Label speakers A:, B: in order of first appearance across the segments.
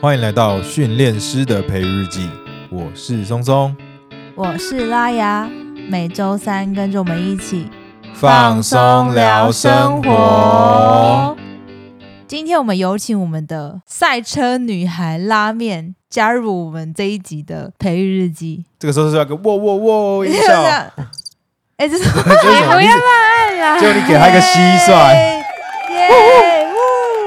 A: 欢迎来到训练师的培育日记，我是松松，
B: 我是拉雅，每周三跟着我们一起
A: 放松聊生活。。
B: 今天我们有请我们的赛车女孩拉面加入我们这一集的培育日记。
A: 这个时候是要个喔喔喔音
B: 这
A: 效，
B: 样 哎，这是
A: 不要
C: 啦
A: 就你给他一个蟋蟀，
B: 耶！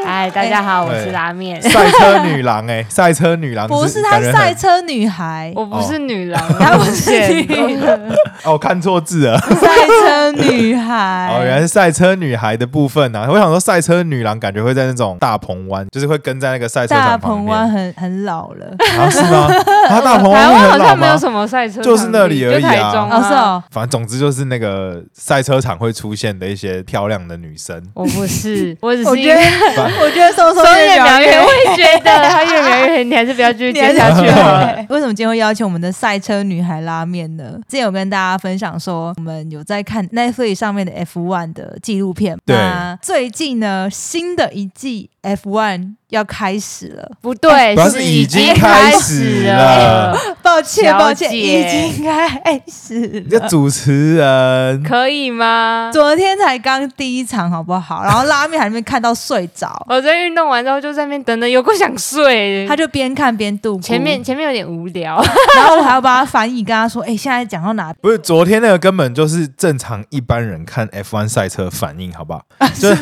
C: 嗨，大家好，我
A: 哎
C: 是拉面，
A: 赛车女郎哎，赛车女郎
B: 不是她
A: 感觉很
B: 赛车女 孩，
C: 我不是女郎，
A: 哦
B: 她不是女
A: 哦，我看错字了，
B: 赛车 女
A: 哦，原来
B: 孩。
A: 是赛车女孩的部分啊。我想说赛车女郎感觉会在那种大鹏湾，就是会跟在那个赛车
B: 大
A: 场旁
B: 鹏
A: 边，
B: 湾很很老了，
A: 啊是吗？啊大鹏
C: 台
A: 湾
C: 湾
A: 会
C: 好
A: 很老
C: 像没
A: 吗
C: 有？什么赛车场地，
A: 就是那里而已啊
C: 就台中
B: 哦是哦，
A: 反正总之就是那个赛车场会出现的一些漂亮的女 生，
C: 我不是，我只
B: 我
C: 是因
B: 觉得
C: 为
B: 我觉得松哦松
C: 松越描
B: 越
C: 越，我也觉 得他越描越黑，你还是不要继续
B: 你还
C: 接
B: 是
C: 下去啊好了。
B: 对为什么今天会邀请我们的赛车女孩拉面呢？之前有跟大家分享说，我们有在看 Netflix 上面的 F1 的纪录片。
A: 对
B: 那最近呢，新的一季 F1 要开始 了，
C: 不对，
A: 主要是
C: 是
A: 已经开
C: 开
A: 始了。
B: 抱歉，
C: 了解
B: 抱歉，已经开始
A: 你
B: 了
A: 这。主持人，
C: 呃可以吗？，
B: 昨天才刚第一场，好不好？然后拉面还没看到睡着
C: 我在运动完之后就在那边等等，有够想睡。
B: 他就边看边度过
C: 前
A: 哦
C: 面，前面有点无聊，
B: 然后我还要帮他翻译，跟他说：“哎、现在讲到哪？
A: 不是昨天那个根本就是正常一般人看 F1 赛车反应，好不 好？
C: 啊
A: 就是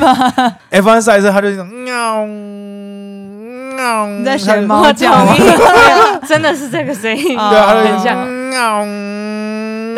A: F1 赛车，他就是那种喵喵，
B: 你在学
A: 吗？
B: 猫叫吗？”
C: 意， 真的是这个声音，
B: 哦
A: 对啊，他就
C: 很像。
A: 喵，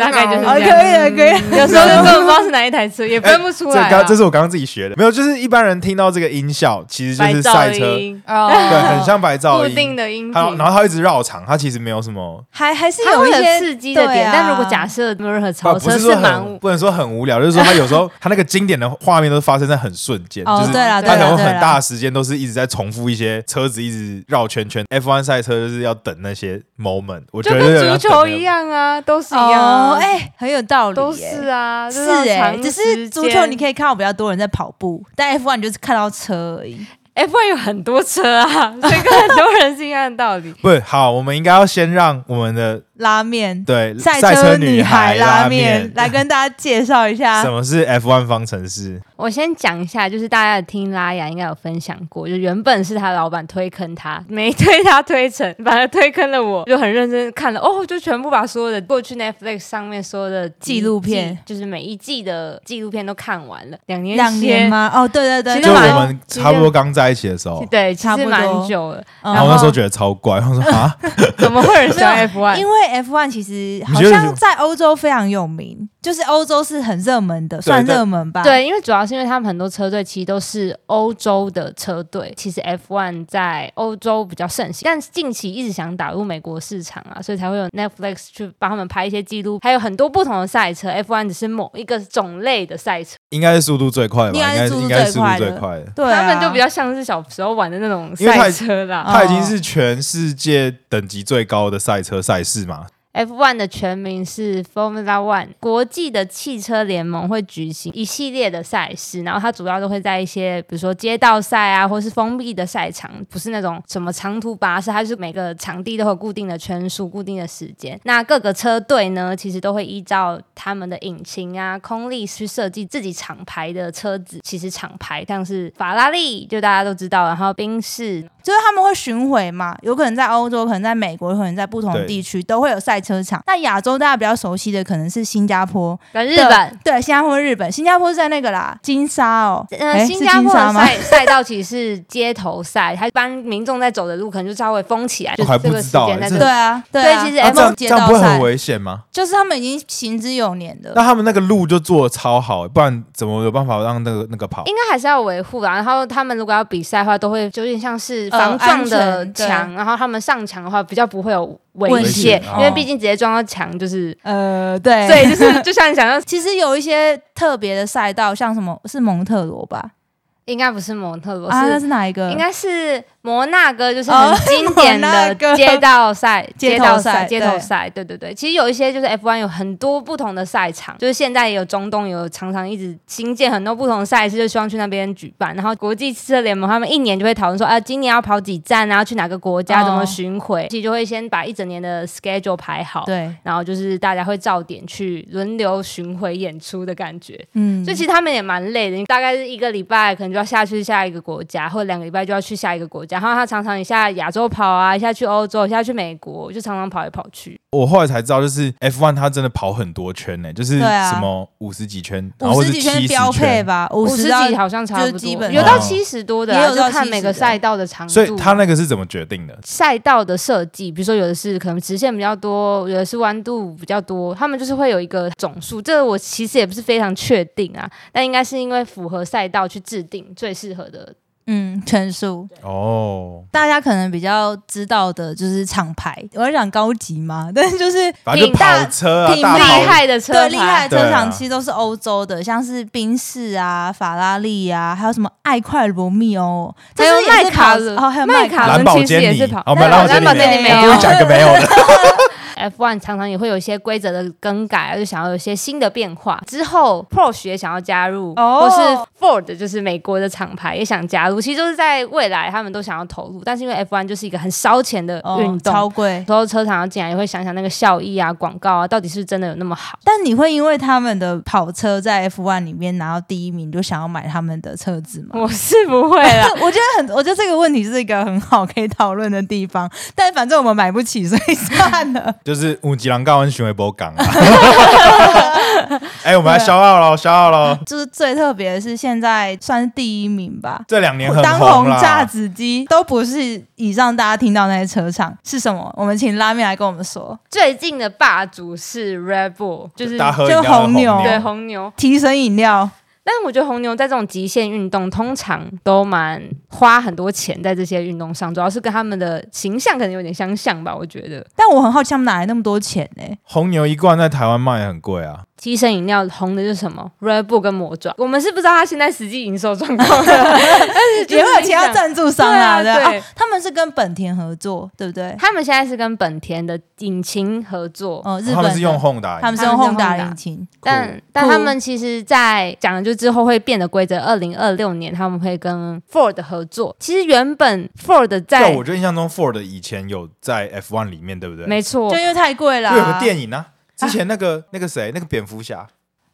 C: 大概就是
B: 哦，可
C: 这
B: 以
C: 样
B: 了，可以了。
C: 有时候就根本不知道是哪一台车，也分不出来
A: 哎这
C: 啊。
A: 刚这是我刚刚自己学的，没有，就是一般人听到这个音效，其实就
C: 白
A: 是赛
C: 噪
A: 车，
C: 音，
B: 哦，
A: 对， 很像白噪
C: 固定
A: 音。
C: 的音频，
A: 然后，然后他一直绕场，他其实没有什么，
B: 还还是
C: 它
B: 有
C: 会
B: 一
C: 有
B: 些
C: 刺激的
B: 对
C: 点，
B: 啊
C: 但如果假设没有任何
A: 不
C: 超
A: 啊不
C: 车
A: 是说
C: 蛮
A: 很不能说很无聊，就是说他有时候他那个经典的画面都发生在很瞬间，
B: 哦
A: 就，是
B: 对啦，对
A: 他可
B: 啦，
A: 能
B: 对
A: 很大
B: 啦，
A: 的时间都是一直在重复一些车子一直绕圈圈。F1 赛车就是要等那些 moment，我
C: 就
A: 觉得。
C: 跟足球一，样啊，都是一样
B: 哦
C: 啊，，
B: 哎，很有道理耶，
C: 都是啊，
B: 是哎
C: 哎，，
B: 只是足球你可以看到比较多人在跑步，但 F1 你就是看到车而已。
C: F1 哎有很多车啊，所以跟很多人是一样的道理
A: 不是好，我们应该要先让我们的
B: 拉面，
A: 对
B: 赛
A: 车
B: 女
A: 孩
B: 拉
A: 面
B: 面，来跟大家介绍一下
A: 什。么是 F1 方程式？
C: 我先讲一下，就是大家有听拉雅应该有分享过，就原本是他老板推坑他，没推他推成，反而推坑了我，就很认真看了，哦，就全部把所有的过去 Netflix 上面所有的
B: 纪录片
C: 季，就是每一季的纪录片都看完了，两年
B: 两年
C: 前？
B: 吗？哦，对对对，
C: 其
A: 就
C: 实
A: 我
C: 蛮
A: 们差不多刚在一起的时候，
C: 对，其
B: 差不
C: 实
B: 多
C: 蛮久了，
B: 嗯
A: 然后那时候觉得超怪，我说啊，
C: 怎么会有人喜欢
B: 因
C: F1？
B: 为 F1 其实好
A: 你觉得
B: 像在欧洲非常有名，就是欧洲是很热门的，算
A: 但
B: 热门吧？，
C: 对，因为主要是因为他们很多车队其实都是欧洲的车队，其实 F1 在欧洲比较盛行，但近期一直想打入美国市场啊，所以才会有 Netflix 去帮他们拍一些记录，还有很多不同的赛车，F1 只是某一个种类的赛车，
A: 应该是速度最快吧，应
B: 应该
A: 该
B: 是速度
A: 应该是速度
B: 最快
A: 最
B: 的
A: 快的。
B: 对啊，
C: 他们就比较像是小时候玩的那种
A: 因为它
C: 赛车啦。
A: 它已
B: 嗯
A: 经是全世界等级最高的赛车赛事嘛，
C: F1 的全名是 Formula One，国际的汽车联盟会举行一系列的赛事，然后它主要都会在一些比如说街道赛啊，或是封闭的赛场，不是那种什么长途跋涉，它就是每个场地都有固定的圈数、固定的时间。那各个车队呢，其实都会依照他们的引擎啊、空力去设计自己厂牌的车子。其实厂牌像是法拉利，就大家都知道，然后宾士，
B: 就是他们会巡回嘛，有可能在欧洲，可能在美国，有可能在不同的地区都会有赛车场。那亚洲大家比较熟悉的可能是新加坡、
C: 那日本。
B: 对，新加坡、日本，新加坡是在那个啦，金沙哦，
C: 呃，
B: 诶
C: 新加坡
B: 是金
C: 的
B: 沙吗？
C: 赛赛道其实是街头赛，它一般民众在走的路可能就稍微封起来，
A: 我
C: 就
A: 还
C: 是
A: 不
C: 这个
A: 知
C: 时
A: 道
C: 间
A: 欸
C: 在
A: 这
C: 这
B: 对啊，对
C: 对
B: 啊，
C: 其实
A: 啊这
C: F1
A: 样
B: 梦
A: 这
B: 街
A: 样
B: 道
A: 不会
B: 赛
A: 很危险吗？
B: 就是他们已经行之有年
A: 那
B: 了。
A: 他们那个路就做的超好，不然怎么有办法让那个那个跑？
C: 应该还是要维护啦。然后他们如果要比赛的话，都会就有点像是防撞
B: 呃
C: 的
B: 安全对
C: 墙，然后他们上墙的话比较不会有
B: 危
C: 危险
A: 险，
C: 因为
B: 哦
C: 毕竟直接撞到墙就是，
B: 呃，对
C: 对，就是就像你想要
B: 其实有一些特别的赛道，像什么是蒙特罗吧？
C: 应该不是蒙特罗，
B: 啊，那
C: 是
B: 是哪一个？
C: 应该是摩纳哥，就是很
B: 哦
C: 经
B: 摩
C: 典
B: 纳
C: 的
B: 哥
C: 街道赛、
B: 街
C: 街
B: 头
C: 道
B: 赛
C: 赛、街头
B: 对
C: 赛。对对对，其实有一些就是 F1 有很多不同的赛场，就是现在也有中东也有常常一直新建很多不同的赛事，就希望去那边举办。然后国际汽车联盟他们一年就会讨论说，啊，今年要跑几站啊，去哪个国家
B: 哦
C: 怎么巡回，其实就会先把一整年的 schedule 排好。
B: 对，
C: 然后就是大家会照点去轮流巡回演出的感觉，
B: 嗯，
C: 所以其实他们也蛮累的，你大概是一个礼拜可能就要下去下一个国家，或者两个礼拜就要去下一个国家。然后他常常一下亚洲跑啊，一下去欧洲，一下去美国，就常常跑来跑去。
A: 我后来才知道，就是 F1 它真的跑很多圈呢、就是
B: 对啊
A: 什么五十几圈，然后
B: 五
A: 或
B: 十
A: 是
B: 几圈
A: 70
B: 是标配
A: 圈，
B: 吧，
C: 五
B: 五
C: 十
B: 十到
C: 几好像差不
B: 就
C: 多，
B: 基本
C: 有到
A: 哦
C: 七十多的、啊，
B: 也有到
C: 就看每个
B: 70的
C: 赛道的长度。
A: 所以它那个是怎么决定的？
C: 赛道的设计，比如说有的是可能直线比较多，有的是弯度比较多，他们就是会有一个总数。这个我其实也不是非常确定啊，但应该是因为符合赛道去制定最适合的
B: 嗯，全数。
A: 哦，
B: 大家可能比较知道的就是厂牌，我要讲高级嘛， 但是就是
A: 反正就
C: 挺大
A: 跑车啊，
B: 挺
A: 大
B: 厉
A: 跑
C: 厉害的车
B: 对
C: 牌。
B: 厉害的
A: 对
B: 车
A: 啊
B: 厂其实都是欧洲的，像是宾士啊、法拉利啊，还有什么爱快罗密欧，这
C: 还有
B: 是也是
C: 麦卡
B: 跑
C: 伦
B: 哦，还有
C: 麦
B: 麦
C: 卡
B: 卡
C: 伦
B: 伦，
A: 蓝宝
C: 其实
A: 坚
C: 也是
A: 尼
C: 跑，
A: 哦，没有
B: 啊
A: 蓝
C: 蓝
A: 宝
C: 宝
A: 坚
C: 坚
A: 尼
C: 尼
A: 没
C: 没
A: 有，
C: 有
A: 我跟你讲一个没有的，
C: F1 常常也会有一些规则的更改，就想要有一些新的变化。之后 Porsche 也想要加入，
B: 哦
C: 或是 Ford 就是美国的厂牌也想加入。其实就是在未来他们都想要投入，但是因为 F1 就是一个很烧钱的
B: 哦
C: 运动。
B: 超贵
C: 有。时候车厂要进来也会想想那个效益啊、广告啊，到底是不是真的有那么好？
B: 但你会因为他们的跑车在 F1 里面拿到第一名，你就想要买他们的车子吗？
C: 我是不会啦，
B: 我觉得很，我觉得这个问题是一个很好可以讨论的地方，但反正我们买不起，所以算了。
A: 就是五级狼高跟巡回波港啊。 哎，我们来消耗喽，消耗喽！
B: 就是最特别的是，现在算是第一名吧。
A: 这两年很
B: 当
A: 红
B: 红
A: 啦，
B: 炸子鸡都不是以上大家听到那些车厂是什么？我们请拉面来跟我们说，
C: 最近的霸主是 Red Bull，就是
A: 大家喝
B: 就
A: 饮料的
B: 红牛
C: 对红牛。
B: 提神饮料，
C: 但我觉得红牛在这种极限运动，通常都蛮花很多钱在这些运动上，主要是跟他们的形象可能有点相像吧。我觉得
B: 但我很好奇他们哪来那么多钱呢、
A: 红牛一罐在台湾卖很贵啊，
C: 提神饮料红的是什么？Red Bull 跟魔爪，我们是不知道它现在实际营收状 况的，但是就
B: 也
C: 是
B: 会有其他
C: 影响。
B: 赞助商啊，
C: 对啊
B: 吧
C: 对
B: 哦他们是跟本田合作，对不对？
C: 他们现在是跟本田的引擎合作，
B: 哦，日
A: 他们
B: 本的
A: 是用 Honda，
B: 他们是用 Honda 的引擎，
C: 但但他们其实，在讲了就之后会变得规则，二零二六年他们会跟 Ford 合作。其实原本 Ford 在
A: 对，我就印象中 Ford 以前有在 F1 里面，对不对？
C: 没错
B: 就，因为太贵了、
A: 就有个
B: 啊。
A: 电影啊，之前那个 那个谁，那个蝙蝠侠，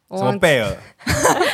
C: 我
A: 什
C: 忘
A: 么
C: 记
A: 贝尔，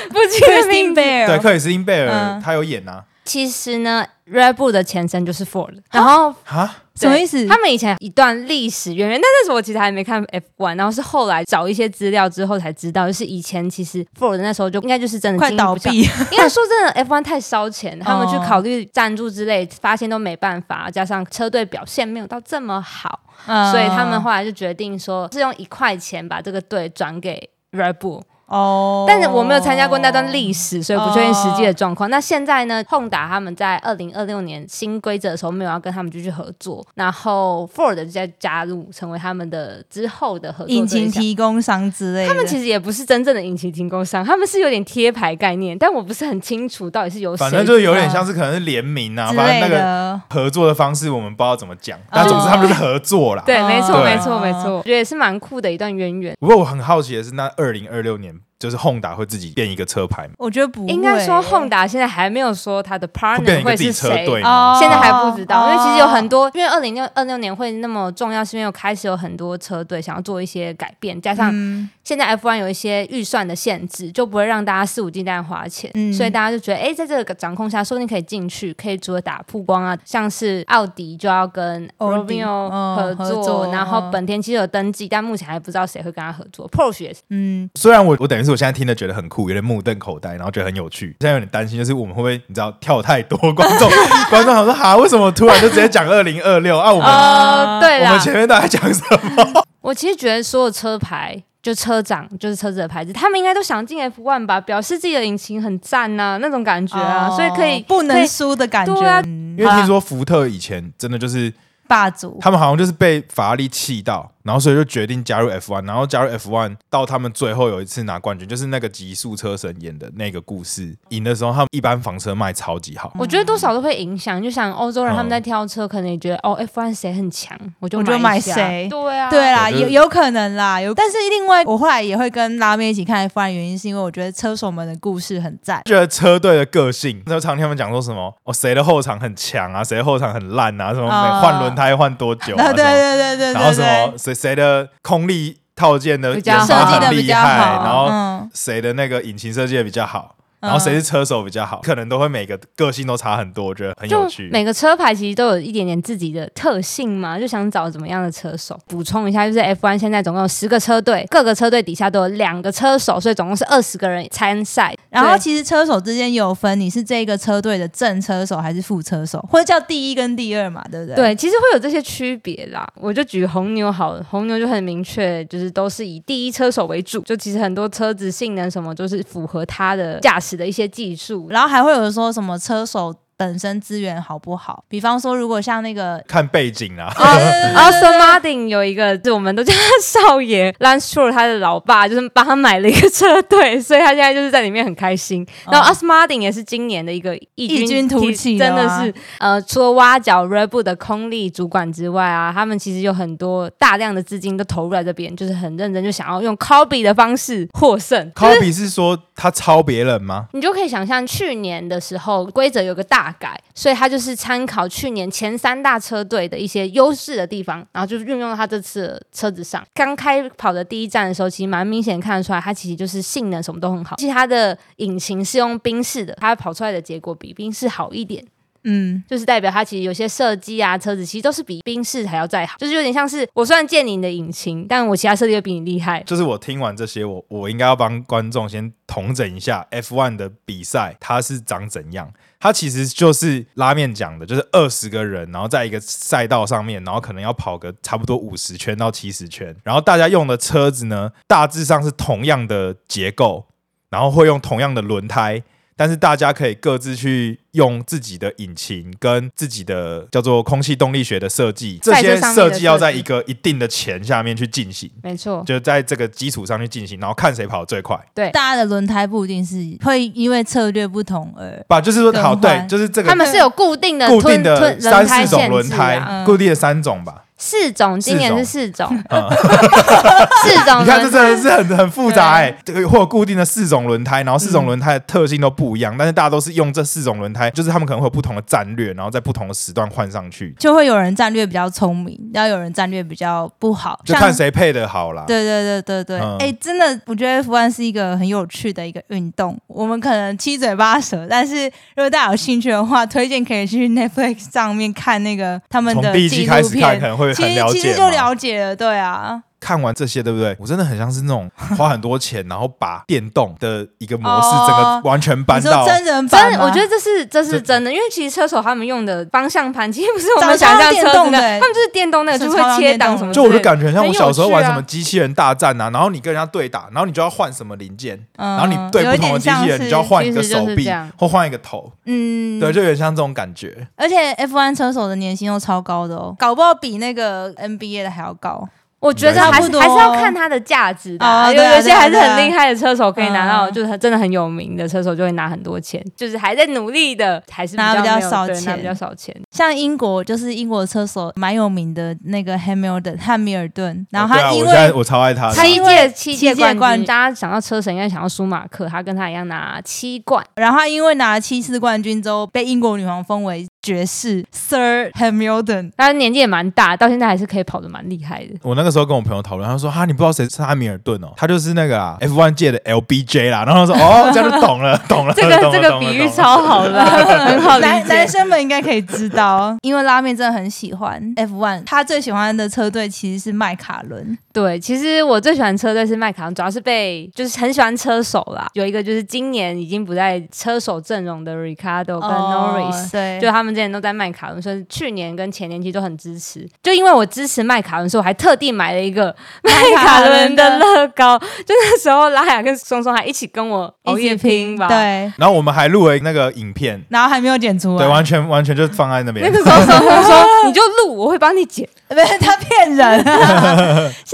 C: 不记得
B: Christine
C: 名字
B: Bale，
A: 对，克里斯汀贝尔，
B: 嗯
A: 他有演啊，
C: 其实呢，Red Bull 的前身就是 Ford，然
B: 哦
C: 后
A: 哈，
B: 什么意思？
C: 对他们以前有一段历史渊源，但那时候我其实还没看 F1，然后是后来找一些资料之后才知道，就是以前其实 Ford 那时候就应该就是真的
B: 快
C: 经营
B: 倒
C: 不下。
B: 闭，
C: 因为说真的，F1 太烧钱，他们去
B: 哦
C: 考虑赞助之类，发现都没办法，加上车队表现没有到这么好， 所
B: 所
C: 以他
B: 嗯
C: 们后来就决定说是用一块钱把这个队转给 Red Bull。
B: 哦，
C: 但是我没有参加过那段历史，所以不确定实际的状况。那现在呢，Honda 他们在二零二六年新规则的时候没有要跟他们继续合作，然后 Ford 就在加入成为他们的之后的合作
B: 引擎
C: 对象。
B: 提供商之类的。
C: 他们其实也不是真正的引擎提供商，他们是有点贴牌概念，但我不是很清楚到底是由谁。
A: 反正就是有点像是可能是联名啊，
B: 之
A: 反正那
B: 类
A: 个
B: 的，
A: 合作的方式我们不知道怎么讲，但总之他们就是合作啦。
C: 对，没错，
A: 对
C: 没
B: 啊
C: 错，没错，我觉得也是蛮酷的一段渊源。
A: 不过我很好奇的是，那二零二六年就是 Honda 会自己变一个车牌吗？
B: 我觉得不会
C: 应该说，Honda 现在还没有说他的
A: 会变成
C: partner
A: 一个
C: 会
A: 自己
C: 是
A: 车
C: 谁，
A: 队吗？
B: 哦，
C: 现在还不知道，
B: 哦
C: 因为其实有很多，因为二零六二六年会那么重要，是因为有开始有很多车队想要做一些改变，加上
B: 嗯
C: 现在 F1 有一些预算的限制，就不会让大家肆无忌惮花钱，
B: 嗯
C: 所以大家就觉得，哎、在这个掌控下，说不定可以进去，可以主打曝光啊，像是奥迪就要跟
B: 奥迪
C: Romeo
B: 嗯
C: 合
B: 合作
C: 然后
B: 嗯
C: 本田其实有登记，但目前还不知道谁会跟他合作，Porsche 也是。
B: 嗯，
A: 虽然我我等于是我现在听的觉得很酷，有点目瞪口呆，然后觉得很有趣，现在有点担心，就是我们会不会你知道跳太多观 众，观众想说哈，为什么突然就直接讲二零二六啊？我
B: 哦
A: 们、
C: 呃，对
A: 我
C: 啦，
A: 们前面到底在讲什么？
C: 我其实觉得所有车牌，就车长，就是车子的牌子，他们应该都想进 F1 吧，表示自己的引擎很赞呐、那种感觉啊，
B: 哦
C: 所以可以
B: 不
C: 可
B: 能
C: 以
B: 输的感觉
C: 对啊，
B: 嗯
A: 因为听说福特以前真的就是
B: 霸主
A: 他们好像就是被法拉利气到，然后所以就决定加入 F1，然后加入 F1 到他们最后有一次拿冠军，就是那个极速车神演的那个故事，赢的时候他们一般房车卖超级好，
C: 我觉得多少都会影响，就像欧洲人他们在挑车，可能也觉得哦，F1 谁很强，我就
B: 我就
C: 买
B: 买
C: 一下
B: 谁
C: 对啊，
B: 对啦，
A: 对就
B: 有
A: 是
B: 有可能啦，有。但是另外，我后来也会跟拉面一起看 F1，原因是因为我觉得车手们的故事很赞。
A: 觉得车队的个性，那时候常听他们讲说什么哦，谁的后场很强啊，谁的后场很烂啊，什么每
B: 啊
A: 换轮胎换多久啊，
B: 那对
A: 什么
B: 对对对
A: 然后
B: 对
A: 什
B: 对
A: 么，谁谁的空力套件的
C: 比较
A: 研
C: 好
A: 发
B: 设计的
A: 很
B: 比
A: 厉
B: 较
A: 害，
B: 好，
A: 然后
B: 嗯，
A: 谁的那个引擎设计的比较好，然后谁是车手比较好，可能都会每个个性都差很多，我觉得很有
C: 就
A: 趣。
C: 每个车牌其实都有一点点自己的特性嘛，就想找怎么样的车手。补充一下，就是 F1 现在总共有十个车队，各个车队底下都有两个车手，所以总共是二十个人参赛。
B: 然后
C: 对
B: 其实车手之间也有分，你是这个车队的正车手还是副车手，或者叫第一跟第二嘛，对不对？
C: 对，其实会有这些区别啦。我就举红牛好了，红牛就很明确，就是都是以第一车手为主，就其实很多车子性能什么，就是符合他的驾驶的一些技术。
B: 然后还会有说什么车手本身资源好不好？比方说，如果像那 个
A: 看背景
B: 哦
A: 啊，
B: 呃
C: 然后 s o Martin 有一个，就我们都叫他少爷 Lance Stroll，他的老爸就是帮他买了一个车队，所以他现在就是在里面很开心。然
B: 哦
C: 后 Os Martin 也是今年的一个
B: 嗯异军突起的
C: 真
B: 啊
C: 的是呃，除了挖角 Red Bull 的空力主管之外啊，他们其实有很多大量的资金都投入在这边，就是很认真，就想要用 copy 的方式获胜。
A: 科比是说他抄别人吗？
C: 你就可以想象，去年的时候规则有个大改，所以他就是参考去年前三大车队的一些优势的地方，然后就是运用到他这次的车子上。刚开跑的第一站的时候，其实蛮明显看得出来，它其实就是性能什么都很好。其实它的引擎是用宾士的，它跑出来的结果比宾士好一点，
B: 嗯，
C: 就是代表它其实有些设计啊，车子其实都是比宾士还要再好，就是有点像是我虽然借你的引擎，但我其他设计又比你厉害。
A: 就是我听完这些，我我应该要帮观众先统整一下 F1 的比赛它是长怎样。它其实就是拉面讲的，就是二十个人，然后在一个赛道上面，然后可能要跑个差不多五十圈到七十圈，然后大家用的车子呢，大致上是同样的结构，然后会用同样的轮胎。但是大家可以各自去用自己的引擎跟自己的叫做空气动力学的设计，这
C: 赛车
A: 些
C: 上面的
A: 设计要
C: 设
A: 在
C: 计
A: 一个一定的钱下面去进行。
C: 没错，
A: 就在这个基础上去进行，然后看谁跑得最快
C: 对。
B: 大家的轮胎不一定是会因为策略不同而
A: 吧。就是说，
B: 更
A: 好，
B: 换
A: 对，就是这
C: 他
A: 个
C: 们是有固定的
A: 固定
C: 吞吞
A: 的
C: 轮
A: 三
C: 胎
A: 四种
C: 限
A: 轮
C: 制
A: 胎，
C: 啊，
B: 嗯
A: 固定的三种吧。
C: 四种，今年是四种，
A: 嗯
C: 四种
B: 哦
A: 你看，这真
C: 轮
A: 的是很很复杂哎、这个会有固定的四种轮胎，然后四
B: 嗯
A: 种轮胎的特性都不一样，但是大家都是用这四种轮胎，就是他们可能会有不同的战略，然后在不同的时段换上去，
B: 就会有人战略比较聪明，然后有人战略比较不好，
A: 就
B: 像
A: 看谁配的好啦。
B: 对对对对对，哎、
A: 嗯
B: 真的，我觉得 F1 是一个很有趣的一个运动。我们可能七嘴八舌，但是如果大家有兴趣的话，推荐可以去 Netflix 上面看那个他们
A: 从
B: 的
A: 第一
B: 纪
A: 季
B: 录
A: 开始看，
B: 片
A: 可。能会
B: 其
A: 很
B: 实
A: 了
B: 其
A: 解
B: 实就
A: 嘛。
B: 了解了，对啊，
A: 看完这些，对不对？我真的很像是那种花很多钱，然后把电动的一个模式整
B: 哦
A: 个完全搬
B: 你说
A: 到
B: 真人版
C: 真
B: 吗，
C: 的，我觉得这是这是真的，因为其实车手他们用的方向盘其实不是我们
B: 长
C: 想
B: 得
C: 象
B: 像
C: 车
B: 电
C: 子
B: 动
C: 的，
B: 的欸
C: 他们就是电动的，
B: 是
C: 就
B: 超像
C: 会切档什么之
A: 就
C: 类
A: 我
C: 的。
A: 就感觉很像我小时候玩什
C: 很有
A: 么
C: 趣
A: 机器人大战啊，然后你跟人家对打，然后你就要换什么零件，
B: 嗯
A: 然后你对不同的机器人，你就要换一个手
C: 其实就是
A: 臂
C: 这样
A: 或换一个头，
B: 嗯，
A: 对，就有点像这种感觉。
B: 而且 F1 车手的年薪又超高的哦，搞不好比那个 NBA 的还要高。
C: 我觉得还
B: 差不
C: 是
B: 多
C: 还是要看它的价值的啊，
B: 哦
C: 有
B: 对啊
C: 有些
B: 对啊
C: 还是
B: 对啊
C: 很厉害的车手可以拿到，
B: 嗯
C: 就是真的很有名的车手就会拿很多钱，就是还在努力的，还是
B: 拿比较
C: 没有
B: 少
C: 对拿
B: 钱
C: 比较少钱。
B: 像英国就是英国车手蛮有名的那个 Hamilton 汉密尔顿，然后
A: 对
B: 他
A: 啊，我
B: 因为、
A: 现在我超爱他的，
B: 他
C: 七
B: 因为
C: 届七
B: 七
C: 届
B: 届
C: 冠军，
B: 冠军
C: 大家想到车神应该想到舒马克，他跟他一样拿七冠。
B: 然后他因为拿了七次冠军之后，被英国女皇封为爵士 Sir Hamilton。
C: 他年纪也蛮大，到现在还是可以跑得蛮厉害的。
A: 我那个时候跟我朋友讨论，他说：“哈，你不知道谁是汉密尔顿哦，他就是那个啊 F1 界的 LBJ 啦。”然后他说：“哦，这样就懂了，懂了。
C: 这
A: 懂
C: 个
A: 了”懂了
C: 这个比喻
A: 懂了
C: 超好 的，很好理
B: 男男
C: 解。
B: 生们应该可以知道，因为拉面真的很喜欢 F1，他最喜欢的车队其实是迈卡伦。
C: 对，其实我最喜欢车队是麦卡伦，主要是被就是很喜欢车手啦。有一个就是今年已经不在车手阵容的 Ricardo 跟 Norris，、
B: 哦对，
C: 就他们之前都在麦卡伦，所以去年跟前年其实都很支持。就因为我支持麦卡伦，所以我还特地买了一 个迈卡伦的乐高，就那时候拉雅跟松松还一起跟我熬夜拼吧。，
B: 对，
A: 然后我们还录了那个影片，
B: 然后还没有剪出来，
A: 对，完全完全就放在那边
C: 那个。时候松松说：“你就录，我会帮你剪。
B: 不是他骗人、现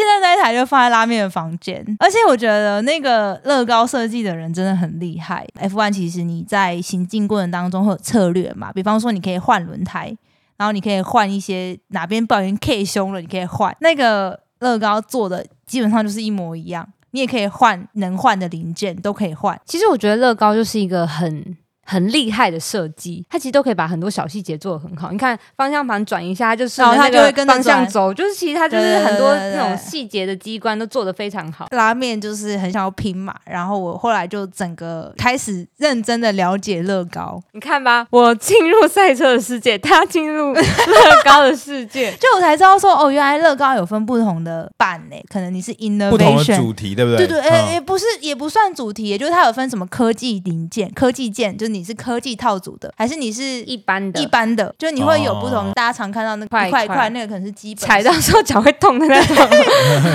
B: 在那一台就放在拉面的房间，而且我觉得那个乐高设计的人真的很厉害。F1 其实你在行进过程当中会有策略嘛，比方说你可以换轮胎，然后你可以换一些哪边不小心 K 凶了，你可以换。那个乐高做的基本上就是一模一样，你也可以换能换的零件都可以换。”
C: 其实我觉得乐高就是一个很。很厉害的设计，它其实都可以把很多小细节做得很好。你看方向盘转一下，它就是
B: 然后它
C: 那
B: 就
C: 个
B: 会跟着
C: 方向
B: 转
C: 走，就是其实它就是
B: 对对
C: 很多
B: 对对
C: 那种
B: 对
C: 细节的机关都做得非常好。
B: 拉面就是很想要拼嘛，然后我后来就整个开始认真的了解乐高，
C: 你看吧， 我进入赛车的世界，他进 入乐高的世界。
B: 就我才知道说，哦，原来乐高有分不同的版呢、可能你是
A: 不同的
B: innovation，
A: 主题，对不对？
B: 对对，哎、
A: 嗯
B: 也不是也不算主题，也就是它有分什么科技零件、科技件，就是你是科技套组的，还是你是
C: 一般的，
B: 一般的，就是你会有不同，
A: 哦
B: 大家常看到那
C: 块
B: 个一块一
C: 块
B: 块，那个可能是基本
C: 踩到时候脚会痛的那种。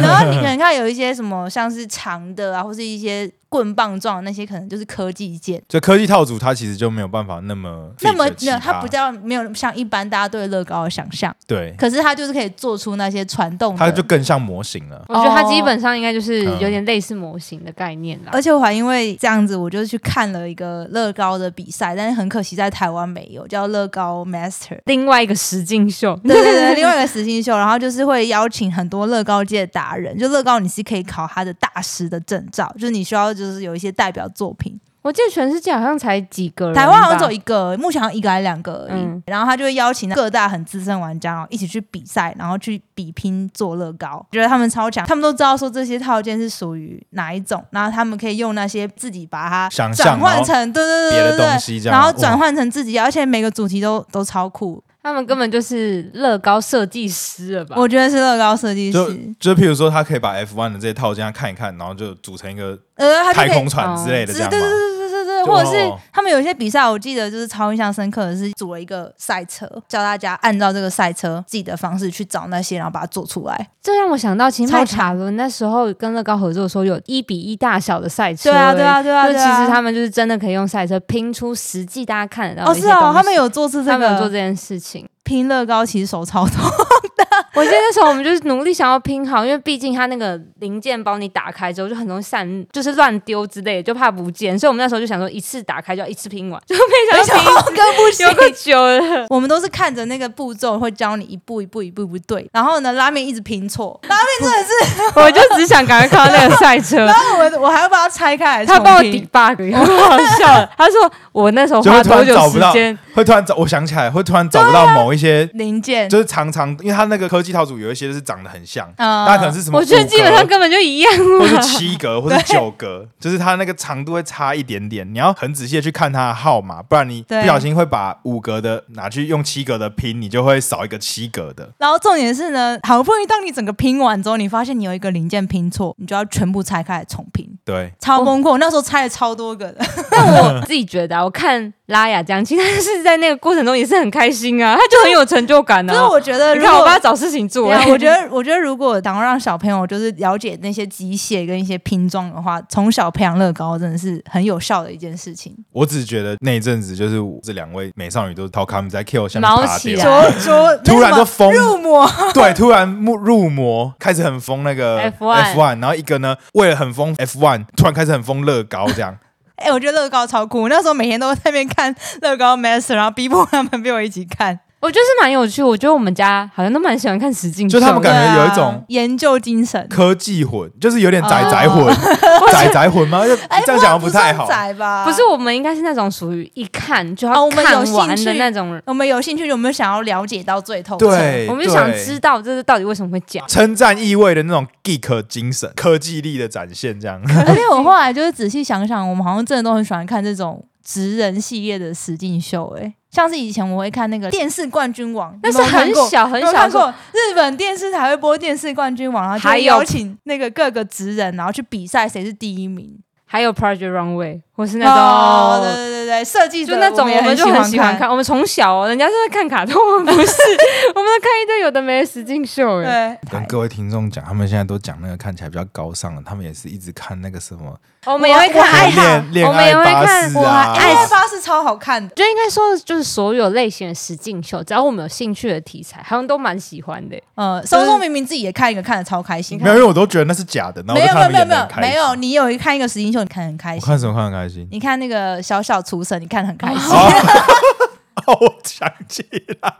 B: 然后你可能看有一些什么像是长的啊，或是一些棍棒状的那些，可能就是科技件。
A: 就科技套组，它其实就没有办法那么
B: 那么
A: feature 其
B: 那
A: 他
B: 它比较没有像一般大家对乐高的想象，
A: 对，
B: 可是它就是可以做出那些传动的，
A: 它就更像模型了。
C: 我觉得它基本上应该就是
A: 嗯
C: 有点类似模型的概念啦。
B: 而且我还因为这样子，我就去看了一个乐高的比赛，但是很可惜在台湾没有，叫乐高 Master。
C: 另外一个实境秀，
B: 对对对，另外一个实境秀，然后就是会邀请很多乐高界的达人，就乐高你是可以考他的大师的证照，就是你需要就是有一些代表作品。
C: 我记得全世界好像才几个人吧，
B: 台湾好像只有一个，目前好像一个还是两个而已。
C: 嗯
B: 然后他就会邀请各大很资深玩家，哦然后一起去比赛，然后去比拼做乐高。觉得他们超强，他们都知道说这些套件是属于哪一种，然后他们可以用那些自己把它
A: 想象
B: 转换成对对
A: 别
B: 对
A: 的
B: 对对
A: 东
B: 对。
A: 西这样，
B: 然后转
A: 哇
B: 换成自己，而且每个主题都都超酷，
C: 他们根本就是乐高设计师了吧？
B: 我觉得是乐高设计
A: 就
B: 师，
A: 就譬如说，它可以把 F1 的这些套件它看一看，然后就组成一个
B: 呃，他
A: 太
B: 就可以哦
A: 空船之类的
B: 是
A: 这样
B: 对对
A: 嘛。
B: 对对对对，
A: 就
B: 或者是
A: 哦
B: 他们有一些比赛，我记得就是超印象深刻的是组了一个赛车，教大家按照这个赛车自己的方式去找那些，然后把它做出来。
C: 这让我想到，其实
B: 超
C: 麦卡伦那时候跟乐高合作的时候，有一比一大小的赛车、
B: 对啊对啊对啊
C: 就
B: 对
C: 其
B: 啊
C: 实他们就是真的可以用赛车拼出实际大家看得到
B: 哦，
C: 的一
B: 是
C: 些东
B: 哦，
C: 西
B: 他们有做出这
C: 他们有做这
B: 个
C: 件事情。
B: 拼乐高，其实手超痛。
C: 我记得那时候我们就是努力想要拼好，因为毕竟它那个零件包你打开之后就很容易散，就是乱丢之类的，就怕不见，所以我们那时候就想说一次打开就要一次拼完，就 没想到拼
B: 更不
C: 一次 有个久了。
B: 我们都是看着那个步骤，会教你一步一步一步一步对。然后呢，拉面一直拼 错，然
C: 我就只想赶快看到那个赛车，
B: 后我我还要把它拆开来重
C: 他
B: 拼。
C: 帮我 debug，也 很好笑了。他说我那时候
A: 就
C: 花
A: 会突
C: 多
A: 然
C: 久
A: 找不
C: 时
A: 到
C: 间？，
A: 会突然找，我想起来，会突然找不到某一些，
B: 零件，
A: 就是常常，因为它那个科技套组有一些是长得很像，
B: 嗯
A: 那可能是什么？
C: 我觉得基本上根本就一样
A: 或
C: 了
A: 是。七格，或是九格，就是它那个长度会差一点点。你要很仔细的去看它的号码，不然你
B: 对
A: 不小心会把五格的拿去用七格的拼，你就会少一个七格的。
B: 然后重点是呢，好不容易当你整个拼完之后，你发现你有一个零件拼错，你就要全部拆开来重拼，
A: 对，
B: 超崩溃。我那时候拆了超多 个的，
C: 但我自己觉得、啊，我看拉雅这样，其实他是在那个过程中也是很开心啊，他就很有成就感
B: 可
C: 呢、
B: 是我觉得
C: 你
B: 如
C: 看我
B: 果
C: 帮他。找事情做、
B: 对啊，
C: 欸
B: 我 觉得，我觉得如果想要让小朋友就是了解那些机械跟一些拼装的话，从小培养乐高真的是很有效的一件事情。
A: 我只觉得那一阵子就是这两位美少女都是掏他们在 Q 下面
C: 毛
A: 爬
C: 起
A: 掉
C: 来
B: 着着
A: 突然就疯
B: 入魔，
A: 对，突然入入魔，开始很疯那个
C: F1
A: 1然后一个呢，为了很疯 F1，突然开始很疯乐高这 样。
B: 哎、我觉得乐高超酷。我那时候每天都在那边看乐高 master，然后逼迫他们陪我一起看，
C: 我觉得是蛮有趣。我觉得我们家好像都蛮喜欢看实境秀
A: 就
C: 的，
A: 他们感觉
B: 对啊
A: 有一种
B: 研究精神。
A: 科技魂，就是有点宅宅魂，
B: 哦
A: 宅宅魂吗？就这样讲好像不太好。
B: 宅吧？
C: 不是我们应该是那种属于一看就
B: 哦
C: 要
B: 我们有
C: 看完
B: 兴
C: 的
B: 趣
C: 那种人，
B: 我们有兴趣，有没有想要了解到最透彻？
A: 对，
C: 我们就想
A: 哎对
C: 知道这是到底为什么会讲。
A: 称赞意味的那种 geek 精神、科技力的展现，这样。
B: 而且我后来就是仔细想想，我们好像真的都很喜欢看这种职人系列的实境秀、欸，像是以前我会看那个电视冠军王，
C: 但
B: 你
C: 是
B: 有没有
C: 很
B: 看过。
C: 小很
B: 有没有
C: 小的
B: 看
C: 时候，
B: 过日本电视台会播电视冠军王，然后就
C: 还
B: 会
C: 有
B: 邀请那个各个职人，然后去比赛谁是第一名。
C: 还有 Project Runway，或是那种、
B: 哦，对对对对，设计者
C: 就那种
B: 我
C: 我们就很喜欢
B: 看。
C: 看。我们从小、哦、人家是在看卡通，我们不 是，我们在看一堆有的没的实境秀。哎，
B: 对，
A: 跟各位听众讲，他们现在都讲那个看起来比较高尚的，他们也是一直看那个什 么
C: 我
B: 们
C: 们
B: 也
C: 也
B: 会
C: 会
B: 看
C: 看
B: 爱好
A: 恋恋
C: 我们
A: 爱
C: 也会
A: 巴
C: 看
A: 士
C: 我
A: 啊，
C: 爱
B: 爱巴是超好看的。
C: 就应该说，就是所有类型的实境秀，只要我们有兴趣的题材，好像都蛮喜欢的。欸
B: 呃，松松明明自己也看一个看的超开心，
A: 没有，因为我都觉得那是假的，然后
B: 没
A: 我就
B: 有没
A: 看他
B: 有没
A: 们
B: 有没
A: 演的
B: 有
A: 开心。
B: 没有，你有一看一个实境秀，你看得很开
A: 我
B: 心。
A: 看什么看很开 心？
B: 你看那个小小厨神，你看得很开心，
A: 哦，我想起来，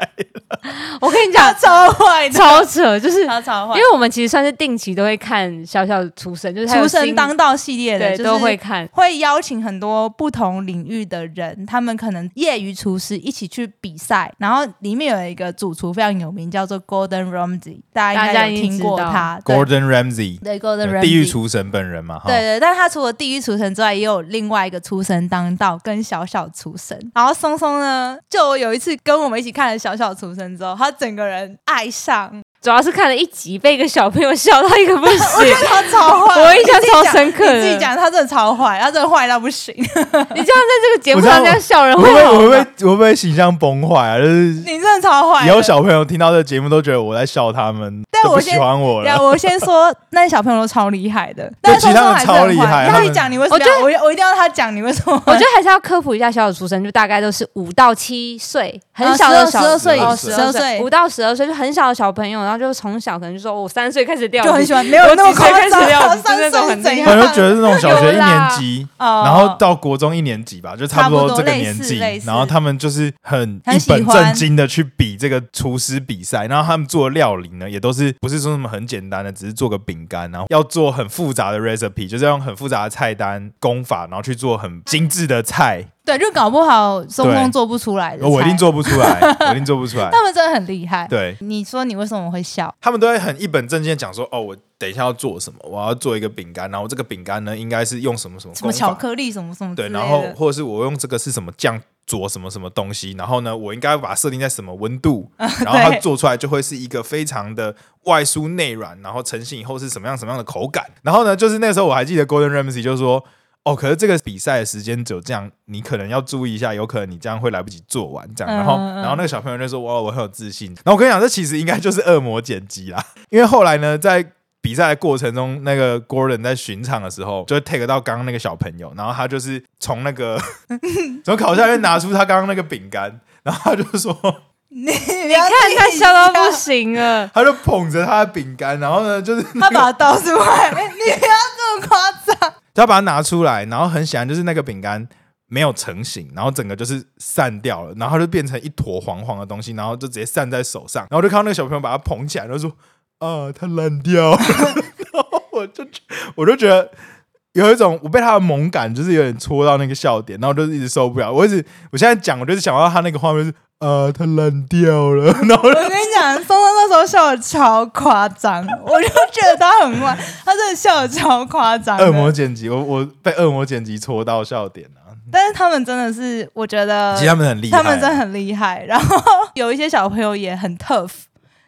C: 我跟你
B: 他
C: 讲，
B: 超坏的，
C: 超扯，就 是
B: 他超
C: 因
B: 坏。
C: 为我们其实算是定期都会看《小小厨神》，就是它有
B: 厨神
C: 新
B: 当道系列的，就
C: 对
B: 是
C: 都会看。
B: 会邀请很多不同领域的人，他们可能业余厨师一起去比赛。然后里面有一个主厨非常有名，叫做 Gordon Ramsay，大家应该有听过他。对
A: Gordon Ramsay，
B: 对 Gordon
A: 对
B: Ramsay，
A: 呃地狱。厨神本人嘛，哈，
B: 对对，但他除了地狱厨神之外，也有另外一个厨神当道，跟小小厨神。然后松松呢，就有一次跟我们一起看了小小厨神之后，他整个人 爱上，
C: 主要是看了一集，被一个小朋友笑到一个不 行。
B: 他超坏，
C: 我印象
B: 你自己讲
C: 超深刻的
B: 你自己讲他真的超坏，他真的坏到不行。
C: 你这样在这个节目
A: 我知道
C: 上这样笑人
A: 我
C: 会
A: 会
C: 好
A: 不会我会
C: 吗？
A: 不会我会不会形象崩坏啊？就是
B: 你真的超坏的。
A: 以后小朋友听到这节目都觉得我在笑他们，
B: 但
A: 都
B: 我
A: 不喜
B: 先
A: 欢我
B: 对啊，
A: 了。
B: 我先说，那些小朋友都超厉 害的，但是
A: 其实他们
B: 还是
A: 超
B: 很
A: 厉
B: 坏
A: 害
B: 那
A: 他
B: 你
A: 们
B: 讲你为什么
C: 我觉
B: 要？我我一定要他讲你为什么？
C: 我觉得还是要科普一下小小出生，就大概都是五到七岁，
A: 啊
C: 很小的小
B: 12
A: 岁
C: 哦
A: 12
C: 12
B: 岁
C: 五到十二岁就很小的小朋友，然后就从小可能就说我三岁开始钓 鱼，
B: 就很喜欢，没有那么夸
C: 我几岁开 始
B: 张，
C: 料理
B: 三
C: 真的
B: 岁
C: 很
B: 怎
C: 厉
A: 我
B: 样？
A: 就觉得这种小学一
C: 有
A: 年
C: 啦
A: 级，
B: 哦
A: 然后到国中一年级吧，就差不多这个年
B: 差不
A: 纪
B: 多类，似
A: 然后他们就是很
B: 很
A: 一
B: 喜欢
A: 本正经的去比这个厨师比赛，然后他们做的料理呢，也都是不是说什么很简单的，只是做个饼干，然后要做很复杂的 recipe，就是要用很复杂的菜单功法，然后去做很精致的菜，
B: 对，就搞不好松松
A: 对
B: 做不出来的，
A: 我一定。做不出来，我一定做不 出来。
B: 他们真的很厉害。
A: 对
B: 你说你为什么会笑？
A: 他们都会很一本正经的讲说，哦，我等一下要做什么，我要做一个饼干，然后这个饼干呢，应该是用什么什么
B: 什
A: 功
B: 么巧
A: 法，
B: 克力，什么什么之
A: 对，
B: 类
A: 然后
B: 的。
A: 或者是我用这个是什么酱佐什么什么东西，然后呢，我应该把它设定在什么温 度，然后它
B: 啊对
A: 做出来就会是一个非常的外酥内软，然后成型以后是什么样什么样的口感。然后呢，就是那时候我还记得 Golden Ramsy 就说。哦，可是这个比赛的时间只有这样，你可能要注意一下，有可能你这样会来不及做完这样。然后，
B: 嗯嗯嗯
A: 然后那个小朋友就说：“哇，我很有自信。”然后我跟你讲，这其实应该就是恶魔剪辑啦，因为后来呢，在比赛的过程中，那个 Gordon 在巡场的时候，就会 take 到刚刚那个小朋友，然后他就是从那 个从烤箱里面拿出他刚刚那个饼干，然后他就说，
B: 你你
C: 你看他笑到不，行了，
A: 他就捧着他的饼干，然后呢，就是
B: 他把它倒出来，你不要这么夸张。
A: 他把它拿出来，然后很显然就是那个饼干没有成型，然后整个就是散掉了，然后它就变成一坨黄黄的东西，然后就直接散在手上，然后我就看到那个小朋友把它捧起来，然后说啊，它烂掉了，然后我就我就觉得。有一种我被他的萌感，就是有点戳到那个笑点，然后就是一直受不了。我一直我现在讲，我就是想到他那个画面、就是，啊，它烂掉了，然后
B: 我跟你讲，松松那时候笑的超 夸张，我就觉得他很坏，他真的笑的超夸张的。
A: 恶魔剪辑，我我被恶魔剪辑戳到笑点啊！
B: 但是他们真的是，我觉得
A: 其实他们很厉害、啊
B: 他们真的很厉害。 然后有一些小朋友也很 tough。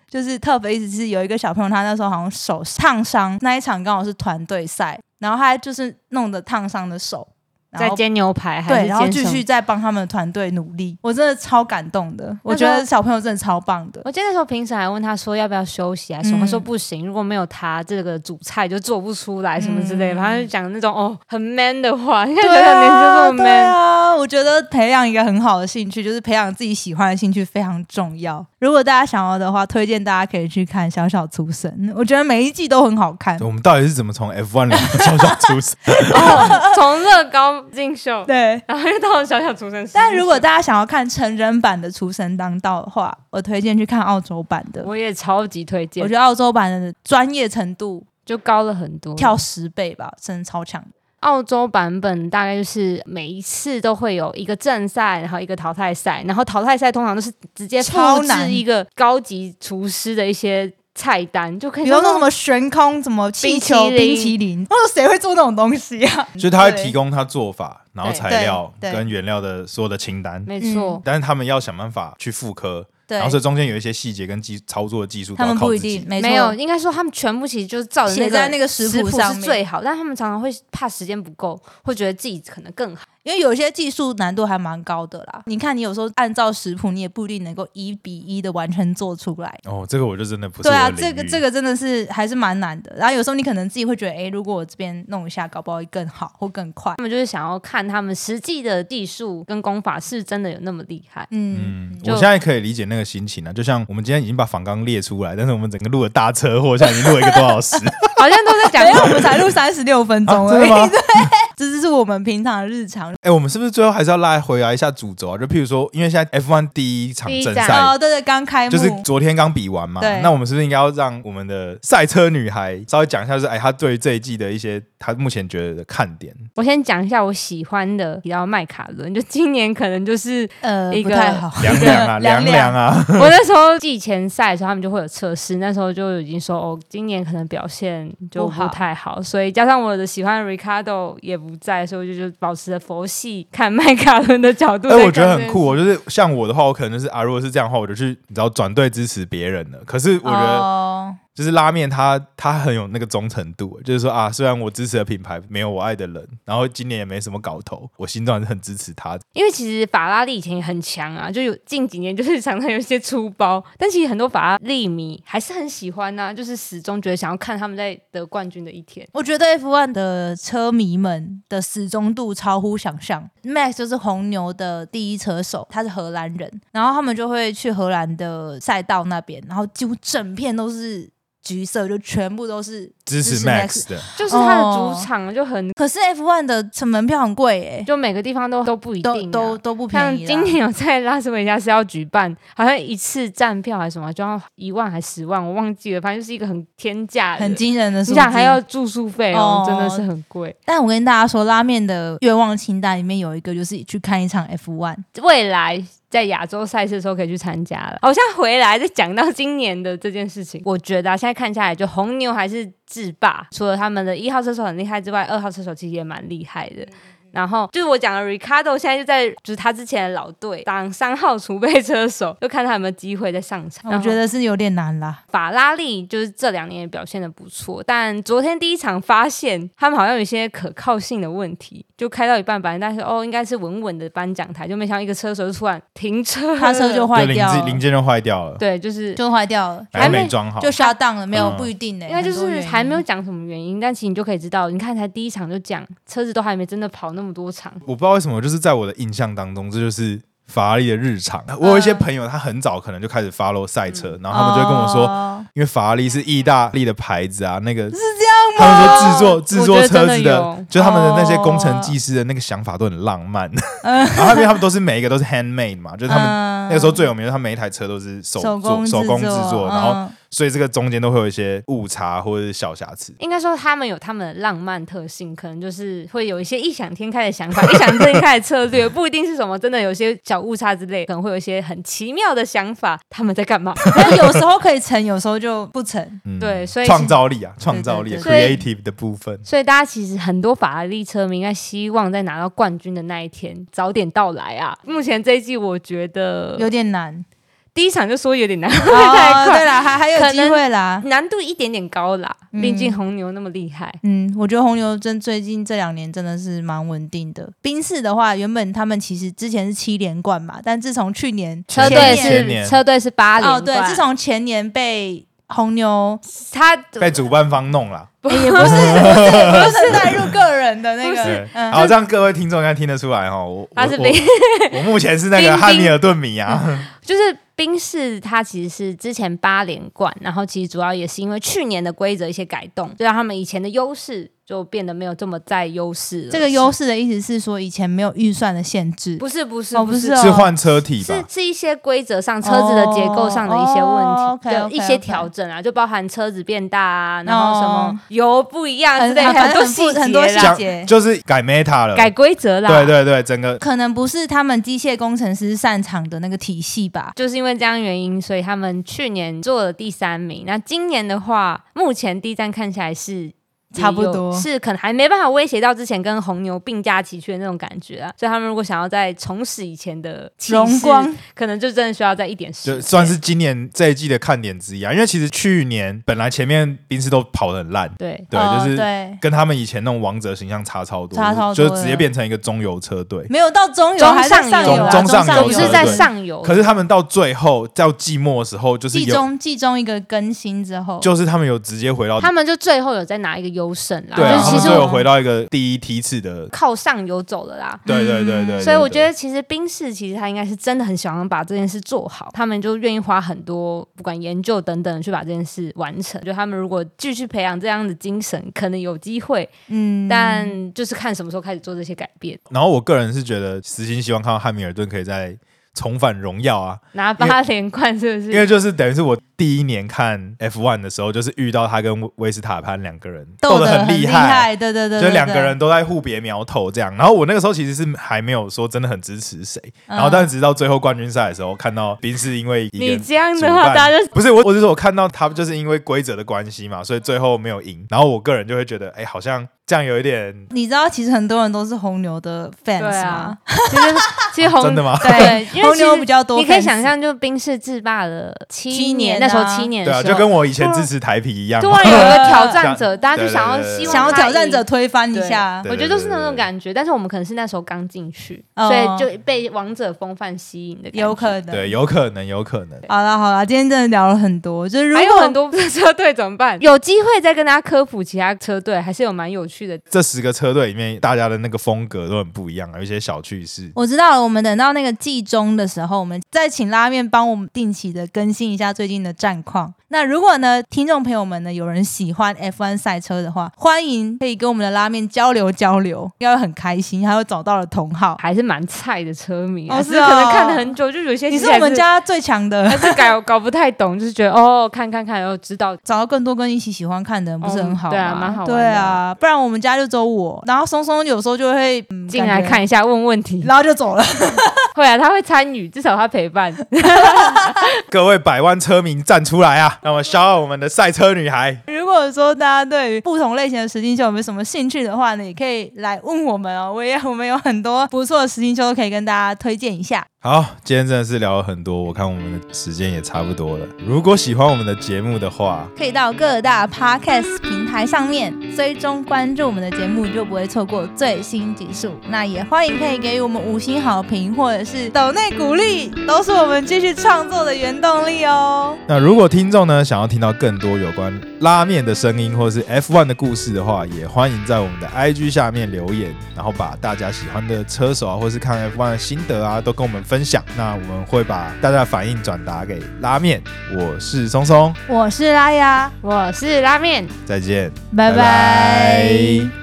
B: 就是 tough 的意思是有一个小朋友，他那时候好像手烫伤，那一场刚好是团队赛，然后他就是弄得烫伤的手，然
C: 在
B: 后
C: 煎牛排还
B: 对，
C: 是
B: 然后
C: 煎
B: 继
C: 什么
B: 续再帮他们的团队努力，我真的超感动的，我觉得小朋友真的超棒的，
C: 我记得那时候评审还问他说要不要休息啊什么，
B: 嗯
C: 他说不行，如果没有他这个主菜就做不出来什么之类的，
B: 嗯
C: 反正就讲那种哦很 man 的话，你看觉
B: 对
C: 得很年轻就
B: 啊，
C: 这么
B: 对
C: man，
B: 啊，我觉得培养一个很好的兴趣，就是培养自己喜欢的兴趣非常重要。如果大家想要的话，推荐大家可以去看《小小厨神》，我觉得每一季都很好看。
A: 我们到底是怎么从 F1 聊到笑笑出 神？
C: 哦，从乐高进秀，
B: 对，
C: 然后又到了小小厨神实境秀，
B: 但如果大家想要看成人版的《厨神当道》的话，我推荐去看澳洲版的。
C: 我也超级推
B: 我
C: 荐
B: 觉，得澳洲版的专业程度
C: 就高了很多。
B: 跳十倍吧，真的超强。
C: 澳洲版本大概就是每一次都会有一个正赛，然后一个淘汰赛，然后淘汰赛通常都是直接复
B: 超难
C: 制一个高级厨师的一些菜单，就可以
B: 哎比如说
C: 像那
B: 那什
C: 种
B: 么悬空、什么气球、冰
C: 冰淇淋
B: 淇淋，那谁会做那种东西啊？
A: 就是他会
B: 对
A: 提供他做法，然后材料
B: 对对
A: 跟原料的所有的清单，
B: 嗯
C: 没错，
A: 但是他们要想办法去复刻
B: 对
A: 然后所以中间有一些细节跟技操作的技术都
B: 他
A: 要
B: 们
A: 靠
B: 不一
A: 自己
B: 定。没
C: 没
B: 错
C: 有，应该说他们全部其实就是照着
B: 写在那
C: 那
B: 个
C: 个
B: 食谱
C: 谱
B: 上面
C: 是最好，但他们常常会怕时间不够，会觉得自己可能更好。
B: 因为有些技术难度还蛮高的啦。你看，你有时候按照食谱，你也不一定能够一比一的完全做出来。
A: 哦，这个我就真的不是
B: 对啊，
A: 我的
B: 这
A: 领
B: 个
A: 域
B: 这个真的是还是蛮难的。然后有时候你可能自己会觉得，哎，如果我这边弄一下，搞不好会更好或更快。
C: 他们就是想要看他们实际的技术跟功法是真的有那么厉 害。
B: 嗯，
A: 嗯，
C: 就
A: 我现在可以理解那个心情了、啊就像我们今天已经把仿纲列出来，但是我们整个录了大车祸，现在已经录了一个多小 时，
C: 好像都在
B: 讲
C: 讲
B: 因为我们才录三十六分钟
A: 啊、真
B: 而
A: 的
B: 已，
A: 吗？
B: 这只是我们平常的日常。
A: 哎、我们是不是最后还是要拉回来一下主轴啊？就譬如说，因为现在 F1 第一场
C: 第一
A: 正
C: 站
A: 赛
B: 哦，对对，刚开幕
A: 就是昨天刚比完嘛
B: 对，
A: 那我们是不是应该要让我们的赛车女孩稍微讲一下、就是，哎，她对这一季的一些她目前觉得的看点？
C: 我先讲一下我喜欢的，提到麦卡伦，就今年可能就是
B: 呃
C: 一
B: 不
C: 个
B: 太好，
A: 凉凉啊，凉
B: 凉
A: 凉啊，
C: 我那时候季前赛的时候，他们就会有测试，那时候就已经说哦，今年可能表现就
B: 不好
C: 不太好，所以加上我的喜欢的 Ricardo 也不在，所以我就就保持着佛系看麦卡伦的角度。
A: 哎、我觉得很酷、哦。我就是像我的话，我可能就是啊，如果是这样的话，我就去你知道转队支持别人了。可是我觉得
B: 哦
A: 就是拉面它，它很有那个忠诚度，就是说啊，虽然我支持的品牌没有我爱的人，然后今年也没什么搞头，我心中还是很支持他的。
C: 因为其实法拉利以前也很强啊，就有近几年就是常常有一些粗包，但其实很多法拉利迷还是很喜欢呐、就是始终觉得想要看他们在得冠军的一天。
B: 我觉得 F1 的车迷们的始终度超乎想象。Max 就是红牛的第一车手，他是荷兰人，然后他们就会去荷兰的赛道那边，然后几乎整片都是橘色，就全部都是
A: 支持 Max 的，
C: 就是他的
B: 哦
C: 主场就很，
B: 可是 F1 的成门票很贵诶、
C: 就每个地方都都不一定、
B: 都
C: 啊，
B: 都都不便
C: 像
B: 宜啦。
C: 今年有在拉斯维加斯要举办，好像一次站票还是什么，就要一万还十万，我忘记了，反正就是一个很天价的。
B: 很惊人的数
C: 你
B: 字，
C: 想还要住宿费
B: 哦，
C: 哦真的是很贵。
B: 但我跟大家说，拉面的愿望清单里面有一个就是去看一场 F1，
C: 未来在亚洲赛事的时候可以去参加了。好像回来再讲到今年的这件事情，我觉得、啊、现在看下来，就红牛还是制霸，除了他们的一号车手很厉害之外，二号车手其实也蛮厉害的。然后就是我讲的 Ricardo，现在就在就是他之前的老队当三号储备车手，就看他有没有机会再上场。
B: 我觉得是有点难 啦。
C: 法拉利就是这两年也表现的不错，但昨天第一场发现他们好像有一些可靠性的问题，就开到一半，本来但是哦应该是稳稳的颁奖台，就没想到一个车手就突然停车了，
B: 他车就坏
A: 对，零
B: 掉
A: 件
B: 了，
A: 零件就坏掉了，
C: 对，就是
B: 就坏掉了，
A: 还
C: 还
A: 没
C: 没
A: 装好，
B: 就 shut down 了，没有
A: 嗯
B: 不一定呢、欸，
C: 应该就
B: 很多
C: 是
B: 原因
C: 还没有讲什么原因，但其实你就可以知道，你看才第一场就讲车子都还没真的跑那么多场，
A: 我不知道为什么，就是在我的印象当中，这就是法拉利的日常。
B: 嗯
A: 我有一些朋友，他很早可能就开始 follow 赛车，然后他们就会跟我说，
B: 哦
A: 因为法拉利是意大利的牌子啊，那个
B: 是这
A: 他
B: 样
A: 们说制
B: 吗？
A: 作制作车
C: 我
A: 子
C: 觉得真的有
A: 就他们的那些工程技师的那个想法都很浪漫， 然后因为他们都是每一个都是 handmade 嘛，就是他们。
B: 哦嗯
A: 那个时候最有名的，他每一台车都是手
B: 手
A: 做
B: 工
A: 手工制作，然后
B: 嗯
A: 所以这个中间都会有一些误差或者是小瑕疵。
C: 应该说他们有他们的浪漫特性，可能就是会有一些异想天开的想法、异想天开的策略，不一定是什么真的有些小误差之类，可能会有一些很奇妙的想法。他们在干嘛？
B: 但有时候 可以成，有时候就不 成。
A: 嗯
C: 对所以
A: 创造力啊，创造力啊
B: 对
C: 对对
A: ，creative 的部分。
C: 所以大家其实很多法拉利车迷应该希望在拿到冠军的那一天早点到来啊。目前这一季我觉
B: 有
C: 得
B: 点难，
C: 第一场就说有点难，
B: 哦
C: 太快
B: 对啦，还还有机会啦。
C: 难度一点点高啦，
B: 嗯
C: 毕竟红牛那么厉害。
B: 嗯，我觉得红牛真最近这两年真的是蛮稳定的。宾士的话，原本他们其实之前是七连冠嘛，但自从去年
C: 车
A: 前
C: 队
A: 前年
C: 是车队是八连
B: 哦，
C: 冠，
B: 对，自从前年被红 牛，
C: 他
A: 被主办方弄了，
B: 诶哎也不是不是不是带入个人的那
C: 不
B: 个
A: 对，，
B: 嗯
A: 好，这样各位听众应该听得出来哈，我
C: 他
A: 我
C: 是
A: 我
C: 被
A: 我目前是那个汉密尔顿迷
C: 嗯
A: 啊，
C: 就是冰室，它其实是之前八连冠，然后其实主要也是因为去年的规则一些改动，就让他们以前的优势就变得没有这么在优势了。
B: 这个优势的意思是说以前没有预算的限制，
C: 不是不是
B: 哦
C: 不
B: 不
C: 是
B: 是 哦
A: 是换车体
C: 是
A: 吧？
C: 是一些规则上车子的结构上的一些
B: 哦哦
C: 问题
B: OK，OK，OK
C: 的一些调整啊，就包含车子变大啊，然后什
B: 哦
C: 么油不一样之
B: 很
C: 类，
B: 很
C: 很
B: 很
C: 多
B: 复
C: 细节
B: 很多细
C: 啦
B: 节解
A: 就是改 Meta 了，
C: 改规则啦。
A: 对对对，整个
B: 可能不是他们机械工程师擅长的那个体系吧。
C: 就是因为这样的原因，所以他们去年做了第三名。那今年的话，目前第一站看起来是也
B: 差不
C: 有
B: 多
C: 是可能还没办法威胁到之前跟红牛并驾齐驱的那种感觉啊。所以他们如果想要再重拾以前的气
B: 荣
C: 势
B: 光，
C: 可能就真的需要再一点时
A: 就
C: 间，
A: 算是今年这一季的看点之一啊。因为其实去年本来前面宾士都跑得很烂，
C: 对。
A: 对，
B: 哦
A: 就是
B: 对，
A: 跟他们以前那种王者形象差超多，
B: 差超多
A: 就是
B: 的
A: 直接变成一个中游车队。
C: 嗯
B: 没有到中游，
C: 中
B: 还在
C: 上
B: 上
C: 游
B: 游啊，
A: 中
B: 中
A: 上
B: 游
A: 游
C: 不
A: 车
C: 是
A: 队
C: 在上游，
A: 可是他们到最后到季末的时候，就是
B: 季
A: 有，
B: 中季中一个更新之后，
A: 就是他们有直接回到，
C: 他们就最后有再拿一个优胜啦。
A: 哦对啊，
C: 就是
A: 他
C: 其
A: 们
C: 实
A: 最
B: 就
A: 后
C: 我
A: 回到一个第一梯次的，
C: 靠上游走了啦。
A: 对对对对对。
C: 所以我
A: 对
C: 觉得，其实冰室其实他应该是真的很想把这件事做好，他们就愿意花很多不管研究等等去把这件事完成。就他们如果继续培养这样的精神，可能有机会，
B: 嗯，
C: 但就是看什么时候开始做这些改变，
A: 然后我个人是觉得，实心希望看到汉密尔顿可以再重返荣耀啊，
C: 拿八连冠是不
A: 因为
C: 是？
A: 就是等于是我第一年看 F1 的时候，就是遇到他跟威斯塔潘两个人
B: 斗
A: 得
B: 得很
A: 厉
B: 害，对对对，
A: 就
B: 对
A: 两个人，都在互别苗头这样。然后我那个时候其实是还没有说真的很支持谁，
B: 嗯
A: 然后但是直到最后冠军赛的时候，看到宾士因为一个
C: 你这样的话，
A: 主办
C: 大家就
A: 不是我，我是说我看到他们就是因为规则的关系嘛，所以最后没有赢。然后我个人就会觉得，哎，好像这样有一点
B: 对你知道其实很多人都是红牛的 fans
C: 对
B: 吗
C: 啊？，其实其实红
A: 真的吗？
C: 对，因为
B: 红
C: 其
B: 牛
C: 实
B: 比较多 fans，
C: 你可以想象，就冰室制霸了七
B: 七年
C: 那时候
B: 啊
C: 七年
A: 对
C: 的时
A: 啊，就
C: 候，
A: 跟我以前支持台皮 一样
C: 突
A: 嘛。
C: 啊然有一个挑战者，大家就想要
A: 对对对
C: 希望
B: 想要
C: 他
B: 挑战者
C: 赢。
B: 推翻一下，
A: 对
C: 我觉得都是那种感觉，但是我们可能是那时候刚进去，
B: 哦
C: 所以就被王者风范吸引的感觉。
B: 有可能。
A: 对，有可能，有可能。
B: 好啦好啦，今天真的聊了很多，就是如
C: 还有
B: 果
C: 很多车队怎么办？ 有机会再跟大家科普其他车队，还是有蛮有趣的。
A: 这十个车队里面，大家的那个风格都很不一样，有一些小趣事。
B: 我知道了，我们等到那个季中的时候，我们再请拉面帮我们定期的更新一下最近的战况。那如果呢，听众朋友们呢，有人喜欢 F1 赛车的话，欢迎可以跟我们的拉面交流交流，应该会很开心，还有找到了同好。
C: 还是蛮菜的车迷、啊，
B: 哦
C: 只
B: 是哦
C: 可能看了很久，就有一些
B: 你
C: 其
B: 是
C: 实
B: 我
C: 还
B: 们家最强的
C: 还，是搞搞不太懂，就是觉得哦，看看看，然后知道
B: 找到更多跟你一起喜欢看的人，不是很好吗？
C: 嗯对啊蛮好玩的
B: 哦对啊，不然我们家就只有我，然后松松有时候就会嗯
C: 进来，
B: 感
C: 看一下，问问题
B: 觉，然后就走了。
C: 会啊，他会参与，至少他陪伴。
A: 各位百万车迷站出来啊！那么，消耗我们的赛车女孩。
B: 如果说大家对于不同类型的实境秀有没有什么兴趣的话呢，也可以来问我们哦。我也我们有很多不错的实境秀都可以跟大家推荐一下。
A: 好，今天真的是聊了很多，我看我们的时间也差不多了。如果喜欢我们的节目的话，
B: 可以到各大 podcast 平台上面追踪关注我们的节目，就不会错过最新集数。那也欢迎可以给予我们五星好评或者是抖内鼓励，都是我们继续创作的原动力哦。
A: 那如果听众呢想要听到更多有关拉面的声音或是 F1 的故事的话，也欢迎在我们的 IG 下面留言，然后把大家喜欢的车手啊，或是看 F1 的心得啊，都跟我们分享。那我们会把大家的反应转达给拉面。我是松松，
B: 我是拉雅，
C: 我是拉面。
A: 再见，
B: 拜拜